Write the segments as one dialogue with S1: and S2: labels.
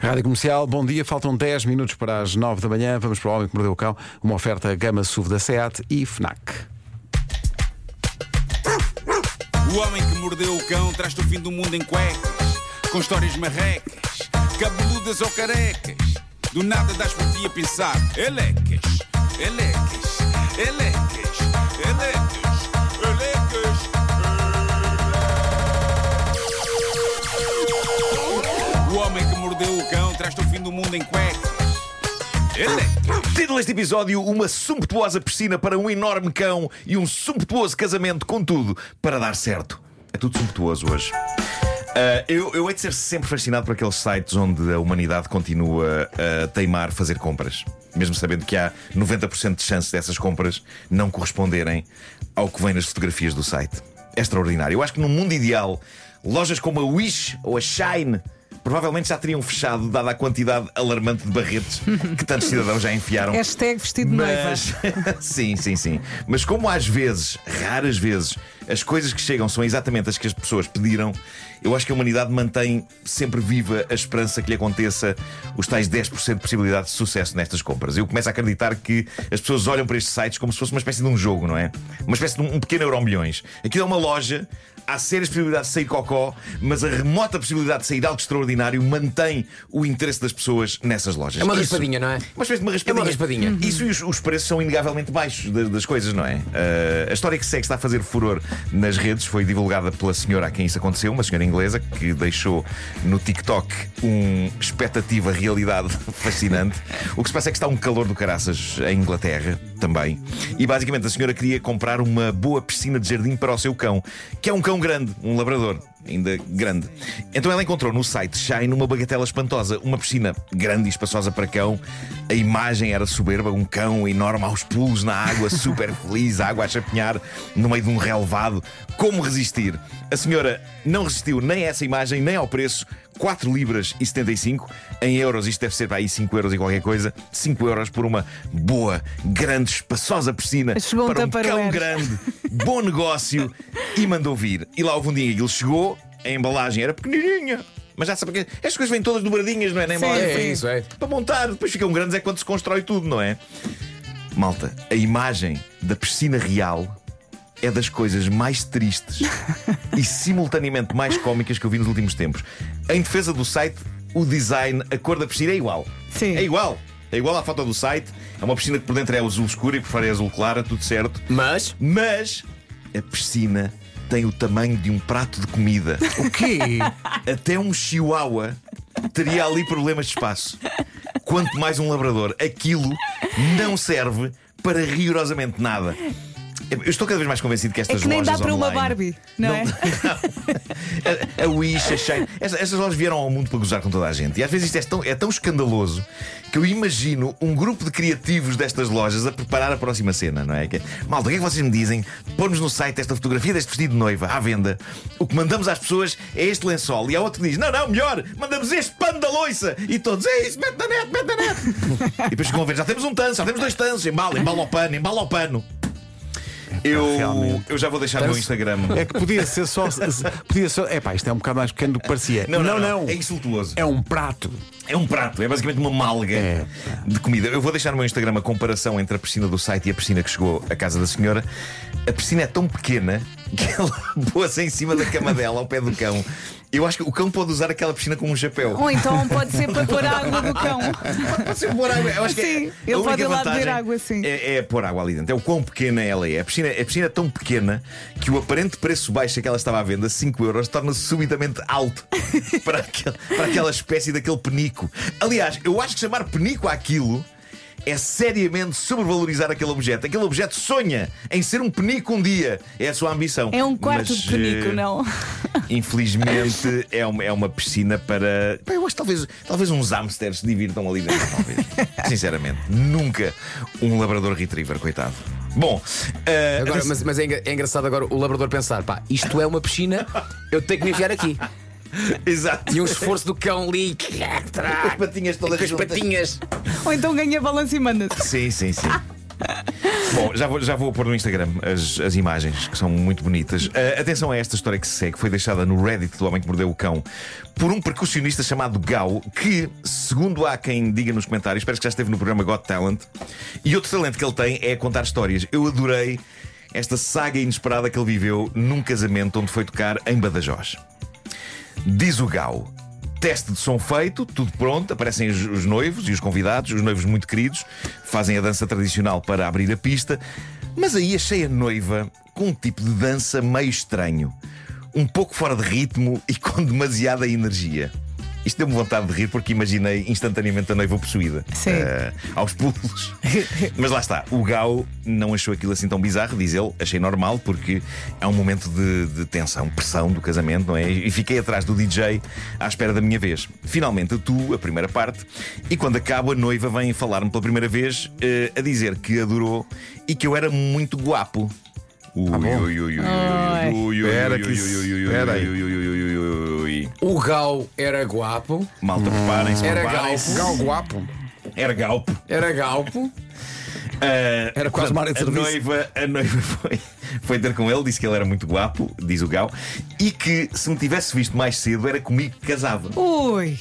S1: Rádio Comercial, bom dia. Faltam 10 minutos para as 9 da manhã. Vamos para o Homem que Mordeu o Cão. Uma oferta gama SUV da SEAT e FNAC.
S2: O homem que mordeu o cão traz-te o fim do mundo em cuecas, com histórias marrecas, cabeludas ou carecas. Do nada das por ti a pensar, elecas, elecas, elecas, elecas, elecas. O homem que mordeu o cão traz-te o fim do mundo em cuecas. Elecas.
S3: Título deste episódio: Uma sumptuosa piscina para um enorme cão e um sumptuoso casamento, contudo, para dar certo. É tudo sumptuoso hoje. Ah, eu, eu hei de ser sempre fascinado por aqueles sites onde a humanidade continua a teimar fazer compras, mesmo sabendo que há 90% de chance dessas compras não corresponderem ao que vem nas fotografias do site. É extraordinário. Eu acho que num mundo ideal, lojas como a Wish ou a Shine provavelmente já teriam fechado, dada a quantidade alarmante de barretes que tantos cidadãos já enfiaram.
S4: Hashtag vestido de noiva.
S3: Mas, sim, sim, sim. Mas como às vezes, raras vezes, as coisas que chegam são exatamente as que as pessoas pediram, eu acho que a humanidade mantém sempre viva a esperança que lhe aconteça os tais 10% de possibilidade de sucesso nestas compras. Eu começo a acreditar que as pessoas olham para estes sites como se fosse uma espécie de um jogo, não é? Uma espécie de um um pequeno euro milhões. Aquilo é uma loja, há sérias possibilidades de sair cocó, mas a remota possibilidade de sair algo extraordinário mantém o interesse das pessoas nessas lojas.
S5: É uma
S3: Isso-
S5: raspadinha, não é?
S3: uma espécie de uma raspadinha.
S5: É uma raspadinha. Uhum.
S3: Isso e os, os preços são inegavelmente baixos das, das coisas, não é? Ah, a história que segue está a fazer furor nas redes. Foi divulgada pela senhora a quem isso aconteceu, uma senhora inglesa que deixou no TikTok um expectativa realidade fascinante. O que se passa é que está um calor do caraças em Inglaterra também. E basicamente a senhora queria comprar uma boa piscina de jardim para o seu cão, que é um cão grande, um labrador ainda grande. Então ela encontrou no site Shine uma bagatela espantosa, uma piscina grande e espaçosa para cão. A imagem era soberba, um cão enorme aos pulos na água, super feliz, a água a chapinhar no meio de um relevado. Como resistir? A senhora não resistiu nem a essa imagem, nem ao preço. 4 libras e 75 em euros, isto deve ser para aí 5 euros e qualquer coisa. 5 euros por uma boa, grande, espaçosa piscina
S4: Chegou um
S3: para um
S4: Tupperware.
S3: cão grande grande, bom negócio e mandou vir. E lá houve um dia que ele chegou, a embalagem era pequenininha. Mas já sabe que estas coisas vêm todas dobradinhas, não é? Na embalagem.
S5: é isso, é.
S3: Para montar, depois ficam grandes, é quando se constrói tudo, não é? Malta, a imagem da piscina real é das coisas mais tristes e simultaneamente mais cómicas que eu vi nos últimos tempos. Em defesa do site, o design, a cor da piscina é igual.
S4: Sim.
S3: É igual. É igual à foto do site. É uma piscina que por dentro é azul escuro e por fora é azul clara, tudo certo.
S5: Mas.
S3: Mas a piscina tem o tamanho de um prato de comida.
S1: O quê?
S3: Até um chihuahua teria ali problemas de espaço. Quanto mais um labrador. Aquilo não serve para rigorosamente nada. Eu estou cada vez mais convencido que
S4: É
S3: estas
S4: que nem dá
S3: lojas
S4: para uma
S3: online-
S4: Barbie, não, é?
S3: a- a É, Wish, a Shane. Estas, estas lojas vieram ao mundo para gozar com toda a gente. E às vezes isto é tão, é tão escandaloso que eu imagino um grupo de criativos destas lojas a preparar a próxima cena, não é? Que, malta, o que é que vocês me dizem? Pôr-nos no site esta fotografia deste vestido de noiva à venda. O que mandamos às pessoas é este lençol. E há outro que diz: não, não, melhor, mandamos este pano da loiça. E todos: é isso, mete na net, mete na net. e depois chegam a ver: já temos um tanso, já temos dois tansos. Embala, embala ao pano, embala ao pano. Eu,
S1: É realmente.
S3: eu já vou deixar no meu
S1: Tanso.
S3: Instagram.
S1: É que podia ser só. Podia ser. É pá, isto é um bocado mais pequeno do que parecia.
S3: É insultuoso.
S1: É um prato.
S3: É um prato, é basicamente uma malga
S1: É.
S3: de comida. Eu vou deixar no meu Instagram a comparação entre a piscina do site e a piscina que chegou à casa da senhora. A piscina é tão pequena que ela pôs em cima da cama dela, ao pé do cão. Eu acho que o cão pode usar aquela piscina como um chapéu.
S4: Ou então pode ser para pôr a água do cão.
S3: Pode ser pôr água. Eu acho que é-
S4: Sim,
S3: a
S4: ele
S3: única
S4: pode ir lá beber
S3: vantagem
S4: água, sim.
S3: É, é pôr água ali dentro. É o quão pequena ela é. A piscina, a piscina é tão pequena que o aparente preço baixo a que ela estava à venda, 5 euros, torna-se subitamente alto para, aquele- para aquela espécie daquele penico. Aliás, eu acho que chamar penico àquilo. É seriamente sobrevalorizar aquele objeto. Aquele objeto sonha em ser um penico um dia. É a sua ambição.
S4: É um quarto
S3: Mas,
S4: de penico,
S3: eh,
S4: não?
S3: Infelizmente é uma, é uma piscina para. Pá, Eu acho que talvez, talvez uns hamsters se divirtam ali dentro, talvez. Sinceramente, nunca um labrador retriever, coitado. Bom, eh,
S5: Agora,
S3: atenção-
S5: mas mas é, engra- é engraçado agora o labrador pensar: pá, isto é uma piscina, eu tenho que me enfiar aqui.
S3: exato.
S5: E um esforço do cão ali.
S3: Com as patinhas todas
S5: Com as
S3: juntas.
S5: patinhas.
S4: Ou então ganha balanço e manda-se.
S3: Sim, sim, sim. Bom, já vou, já vou pôr no Instagram as, as imagens, que são muito bonitas. Ah, atenção a esta história que se segue. Foi deixada no Reddit do Homem que Mordeu o Cão por um percussionista chamado Gal, que, segundo há quem diga nos comentários, parece que já esteve no programa Got Talent. E outro talento que ele tem é contar histórias. Eu adorei esta saga inesperada que ele viveu num casamento onde foi tocar em Badajoz. Diz o Gal. Teste de som feito, tudo pronto, aparecem os, os noivos e os convidados, os noivos muito queridos, fazem a dança tradicional para abrir a pista, mas aí achei a noiva com um tipo de dança meio estranho, um pouco fora de ritmo e com demasiada energia. Isto deu-me vontade de rir porque imaginei instantaneamente a noiva possuída.
S4: Sim.
S3: Eh, aos pulos. Mas lá está, o Gal não achou aquilo assim tão bizarro, diz ele, achei normal, porque é um momento de, de tensão, pressão do casamento, não é? E fiquei atrás do DJ à espera da minha vez. Finalmente atuo a primeira parte, e quando acabo, a noiva vem falar-me pela primeira vez eh, a dizer que adorou e que eu era muito guapo.
S1: Ah, Espera que isso- espera aí.
S4: Ai.
S3: Ui,
S5: O Gal era guapo,
S3: Malta, preparem-se,
S5: Era
S3: preparem-se.
S1: Gal guapo.
S3: Era galpo.
S5: era galpo.
S1: Era quase uma área de
S3: a
S1: serviço.
S3: noiva, a noiva foi, foi ter com ele, disse que ele era muito guapo, diz o Gal, e que se me tivesse visto mais cedo era comigo que casava
S4: Ui.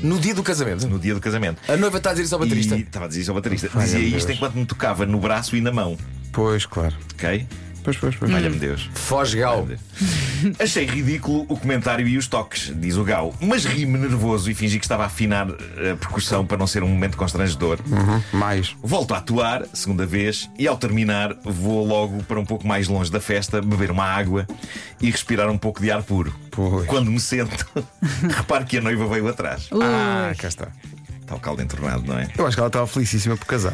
S5: No dia do casamento.
S3: no dia do casamento.
S5: A noiva está a dizer isso ao baterista.
S3: E estava a dizer isso ao baterista. Dizia
S1: meu
S3: isto
S1: Deus.
S3: enquanto me tocava no braço e na mão,
S1: Pois, claro.
S3: ok?
S1: Pois, pois, pois.
S3: Olha-me Deus.
S5: Foge Gal.
S3: Achei ridículo o comentário e os toques, diz o Gal, mas ri-me nervoso e fingi que estava a afinar a percussão para não ser um momento constrangedor.
S1: Uhum, Mais.
S3: Volto a atuar, segunda vez, e ao terminar vou logo para um pouco mais longe da festa, beber uma água e respirar um pouco de ar puro.
S1: Pois.
S3: Quando me sento, reparo que a noiva veio atrás.
S4: Ui.
S1: Ah, cá está.
S3: Está o caldo entornado, não é?
S1: Eu acho que ela tá estava felicíssima por casar.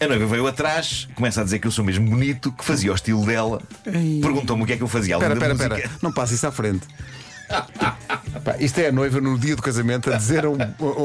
S3: A noiva veio atrás, começa a dizer que eu sou mesmo bonito, que fazia o estilo dela, perguntou-me o que é que eu fazia além
S1: Espera,
S3: da
S1: espera,
S3: música.
S1: espera. Não passa isso à frente. Pá, isto é a noiva no dia do casamento a dizer a, um-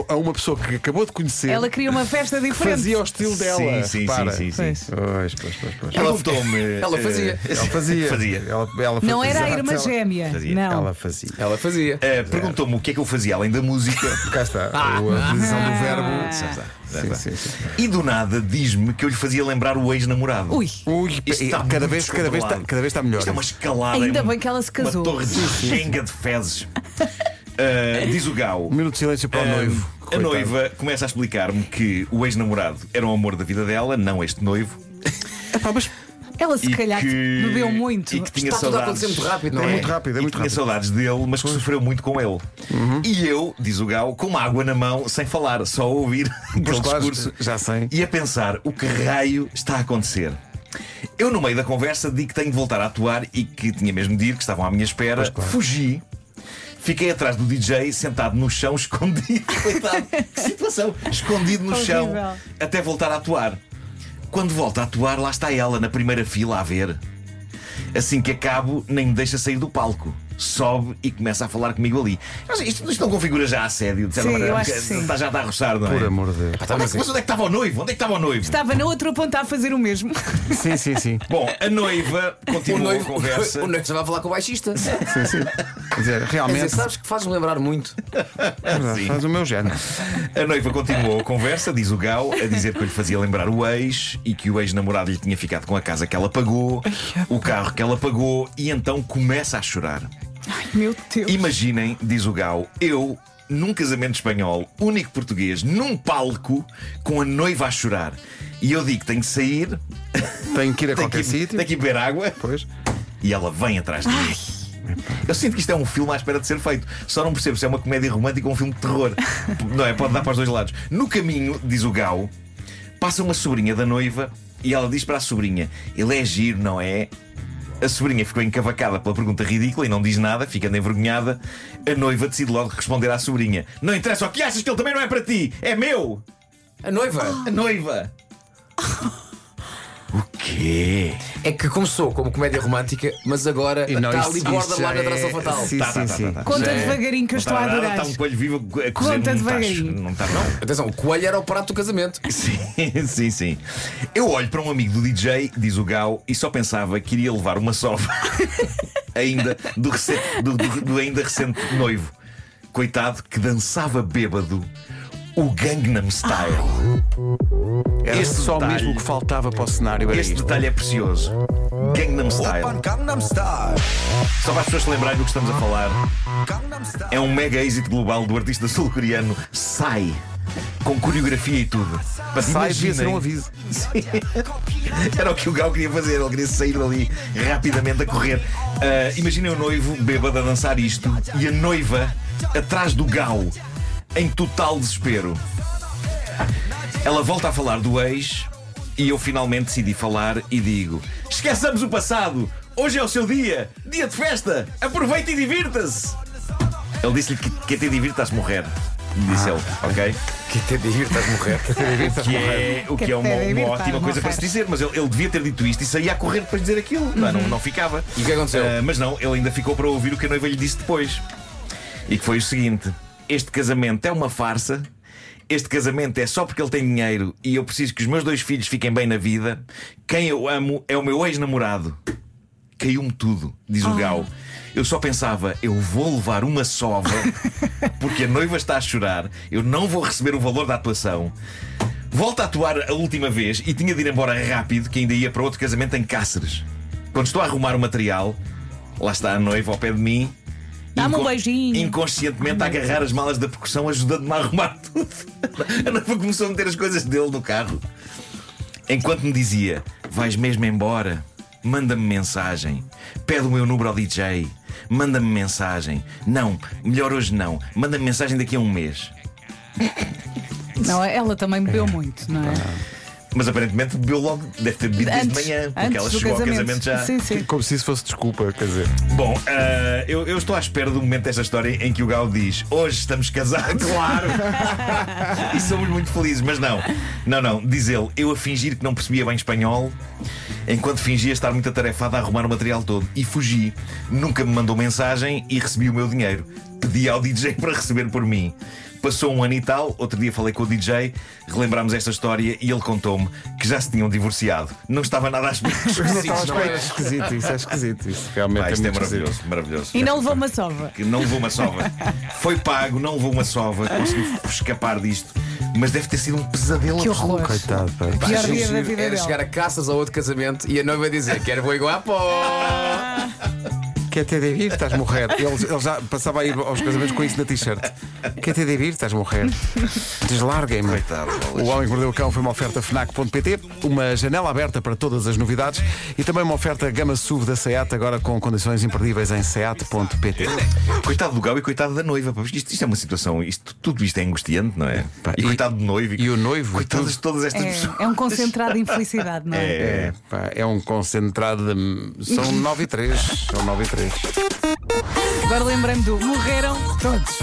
S1: a uma pessoa que acabou de conhecer
S4: Ela queria uma festa
S1: que
S4: diferente.
S1: fazia o estilo dela.
S3: Sim, sim,
S1: Repara.
S3: sim, sim, sim.
S1: Pois, pois, pois, pois.
S3: Ela perguntou-me.
S5: Ela fazia.
S3: eh,
S1: Ela fazia.
S3: Fazia.
S1: Ela, ela
S4: Não era a
S1: Exato,
S4: irmã
S1: ela-
S4: gêmea.
S3: Fazia.
S4: Não.
S1: Ela fazia.
S5: Ela fazia.
S3: eh, perguntou-me o que é que eu fazia além da música.
S1: Cá está. a utilização do verbo.
S3: Já está, já
S1: Sim,
S3: está.
S1: sim, sim.
S3: E do nada diz-me que eu lhe fazia lembrar o ex-namorado.
S4: Ui.
S1: Ui,
S3: Isto está
S1: cada, vez, cada,
S3: muito
S1: vez está,
S3: descontrolado.
S1: cada vez está melhor.
S3: Isto é uma escalada.
S4: Ainda
S3: é uma-
S4: bem que ela se
S3: Uma
S4: casou.
S3: torre de jenga de fezes. Uh, diz o Gal.
S1: Um minuto de silêncio para o noivo.
S3: Um, a
S1: Coitado.
S3: noiva começa a explicar-me que o ex-namorado era o amor da vida dela, não este noivo.
S1: Epá, mas
S4: Ela se
S3: e
S4: calhar
S3: que-
S4: bebeu muito.
S3: E que tinha
S5: Está tudo a
S3: saudades.
S5: acontecer muito rápido, não é?
S1: É muito rápido, é
S3: e
S1: muito
S3: tinha
S1: rápido. Uhum.
S3: saudades dele, mas que sofreu muito com ele. E eu, diz o Gal, com uma água na mão, sem falar, só a ouvir
S1: Pois
S3: aquele
S1: claro,
S3: discurso
S1: já sei.
S3: e a pensar o que raio está a acontecer. Eu, no meio da conversa, digo que tenho de voltar a atuar e que tinha mesmo de ir, que estavam à minha espera. Fugi. Fiquei atrás do DJ, sentado no chão, escondido. Coitado, que situação! Escondido no chão,
S4: Horrível.
S3: até voltar a atuar. Quando volta a atuar, lá está ela, na primeira fila, a ver. Assim que acabo, nem me deixa sair do palco. Sobe e começa a falar comigo ali. Mas isto, isto não configura já assédio, de certa
S4: Sim,
S3: maneira.
S4: eu acho
S3: porque
S4: que sim.
S3: está- Já está a roçar, não é?
S1: Por amor de Deus.
S5: Pá,
S3: Onde
S5: tá,
S3: é
S5: mas
S3: que- mas onde é que estava o noivo? Onde é que estava o noivo?
S4: Estava na outra ponta a fazer o mesmo.
S1: Sim, sim, sim.
S3: Bom, a noiva
S5: O
S3: continuou
S5: noivo,
S3: a conversa.
S5: o noivo estava a falar com o baixista. Quer
S1: tipo, sim, sim. Quer dizer,
S5: dizer,
S1: realmente
S5: sabes que fazes-me lembrar muito.
S1: faz- faz o meu género.
S3: A noiva continuou a conversa, diz o Gal, a dizer que eu lhe fazia lembrar o ex e que o ex-namorado lhe tinha ficado com a casa que ela pagou, o carro que ela pagou, e então começa a chorar.
S4: Meu Deus.
S3: Imaginem, diz o Gal, eu, num casamento espanhol, único português, num palco, com a noiva a chorar. E eu digo: tenho que sair,
S1: Tenho que ir a
S3: tenho que,
S1: qualquer
S3: ir,
S1: sítio.
S3: tenho que ir beber água.
S1: Pois.
S3: E ela vem atrás de mim. Eu sinto que isto é um filme à espera de ser feito. Só não percebo se é uma comédia romântica ou um filme de terror. P- Não é? Pode dar para os dois lados. No caminho, diz o Gal, passa uma sobrinha da noiva e ela diz para a sobrinha: Ele é giro, não é? A sobrinha ficou encavacada pela pergunta ridícula e não diz nada, ficando envergonhada. A noiva decide logo responder à sobrinha: Não interessa o que achas que ele também não é para ti, é meu!
S5: A noiva
S3: A noiva! O quê?
S5: é que começou como comédia romântica, mas agora
S1: E não,
S5: está
S1: isso-
S5: ali
S1: isso
S5: borda
S1: já
S5: lá na
S1: é-
S5: atração fatal.
S1: Sim,
S3: Tá, tá,
S1: sim,
S3: tá,
S1: sim.
S3: tá, tá.
S4: Conta
S5: Já é.
S4: devagarinho que eu
S3: Não
S4: estou a
S3: estava nada,
S4: adorar.
S3: Está um coelho vivo a cozer
S4: Conta
S3: num tacho.
S4: devagarinho.
S3: Não está, não.
S5: Atenção, o coelho era o prato do casamento.
S3: Sim, sim, sim. Eu olho para um amigo do DJ, diz o Gal, e só pensava que iria levar uma sova ainda do, recente, do- do- do ainda recente noivo. Coitado que dançava bêbado o Gangnam Style.
S1: Era
S3: Este
S1: é só
S3: detalhe-
S1: mesmo o que faltava para o cenário. Era
S3: Este
S1: isto.
S3: detalhe é precioso. Gangnam Style. Só para as pessoas se lembrarem do que estamos a falar. É um mega êxito global do artista sul-coreano Psy. Com coreografia e tudo.
S1: Sai, devia ser um
S3: Imaginem-
S1: aviso.
S3: Era o que o Gal queria fazer, ele queria sair dali rapidamente a correr. Ah, Imaginem o noivo bêbado a dançar isto e a noiva atrás do Gal, em total desespero. Ela volta a falar do ex e eu finalmente decidi falar e digo: Esqueçamos o passado! Hoje é o seu dia! Dia de festa! Aproveite e divirta-se! Ele disse-lhe que, que até divirta-se morrer. Disse ele, ok?
S5: Ah. Que até divirtas morrer.
S3: que é, o que é uma,
S4: Quer dizer,
S3: uma
S4: pá,
S3: ótima coisa
S4: morrer.
S3: para se dizer, mas ele, ele devia ter dito isto e saía a correr para dizer aquilo, não, é? não, não ficava.
S5: E o que aconteceu?
S3: Ah, mas não, ele ainda ficou para ouvir o que a noiva lhe disse depois. E que foi o seguinte: este casamento é uma farsa. Este casamento é só porque ele tem dinheiro e eu preciso que os meus dois filhos fiquem bem na vida. Quem eu amo é o meu ex-namorado. Caiu-me tudo, diz o Gal. Eu só pensava, eu vou levar uma sova porque a noiva está a chorar, eu não vou receber o valor da atuação. Volta a atuar a última vez e tinha de ir embora rápido, que ainda ia para outro casamento em Cáceres. Quando estou a arrumar o material, lá está a noiva ao pé de mim.
S4: Dá-me um
S3: Inco-
S4: beijinho. um
S3: Inconscientemente a agarrar as malas da percussão, ajudando-me a arrumar tudo. A noiva começou a meter as coisas dele no carro. Enquanto me dizia: Vais mesmo embora? Manda-me mensagem. Pede o meu número ao DJ. Manda-me mensagem. Não, melhor hoje não. Manda-me mensagem daqui a um mês.
S4: Não, ela também bebeu muito, não é?
S3: Mas aparentemente bebeu logo, deve ter bebido desde
S4: Antes,
S3: manhã, porque ela
S4: antes do
S3: chegou ao casamento
S4: casamento.
S3: já.
S4: Sim, sim.
S1: Como se isso fosse desculpa, quer dizer.
S3: Bom, ah, eu, eu estou à espera do momento desta história em que o Gal diz: Hoje estamos casados. Claro! e somos muito felizes, mas não. Não, não. Diz ele: Eu a fingir que não percebia bem espanhol, enquanto fingia estar muito atarefado a arrumar o material todo. E fugi. Nunca me mandou mensagem e recebi o meu dinheiro. Pedi ao DJ para receber por mim. Passou um ano e tal, outro dia falei com o DJ, relembrámos esta história e ele contou-me que já se tinham divorciado. Não estava nada às minhas.
S1: é esquisito, isso é esquisito. Isso realmente
S3: Pá, isto é
S1: muito esquisito.
S3: maravilhoso, maravilhoso
S4: E não levou uma sova.
S3: que não levou uma sova. Foi pago, não levou uma sova, conseguiu escapar disto. Mas deve ter sido um pesadelo
S4: Que
S3: absoluto.
S4: horror.
S1: Coitado, pá.
S4: Pior
S5: Acho
S4: dia da
S5: giro
S4: vida
S5: é era
S4: dela.
S5: chegar a caças ao outro casamento e a noiva dizer: Quero vou igual a pó.
S1: Quer te vir, estás a morrer. Ele, ele já passava a ir aos casamentos com isso na t-shirt. Quer te vir, estás a morrer. Deslarguem-me.
S3: Coitado,
S1: O Homem que Mordeu o Cão foi uma oferta FNAC.pt, uma janela aberta para todas as novidades e também uma oferta gama SUV da SEAT, agora com condições imperdíveis em SEAT.pt.
S3: Coitado do Gal e coitado da noiva. pá, porque Isto, isto é uma situação, isto, tudo isto é angustiante, não é?
S1: Pá,
S3: e,
S1: e-
S3: coitado do noivo.
S1: e o noivo,
S3: Coitadas de todas estas pessoas.
S4: É, é um concentrado de infelicidade, não é?
S1: É, pá, é um concentrado de. São 9 e 3. São 9 e 3.
S4: Agora lembrei-me do morreram todos.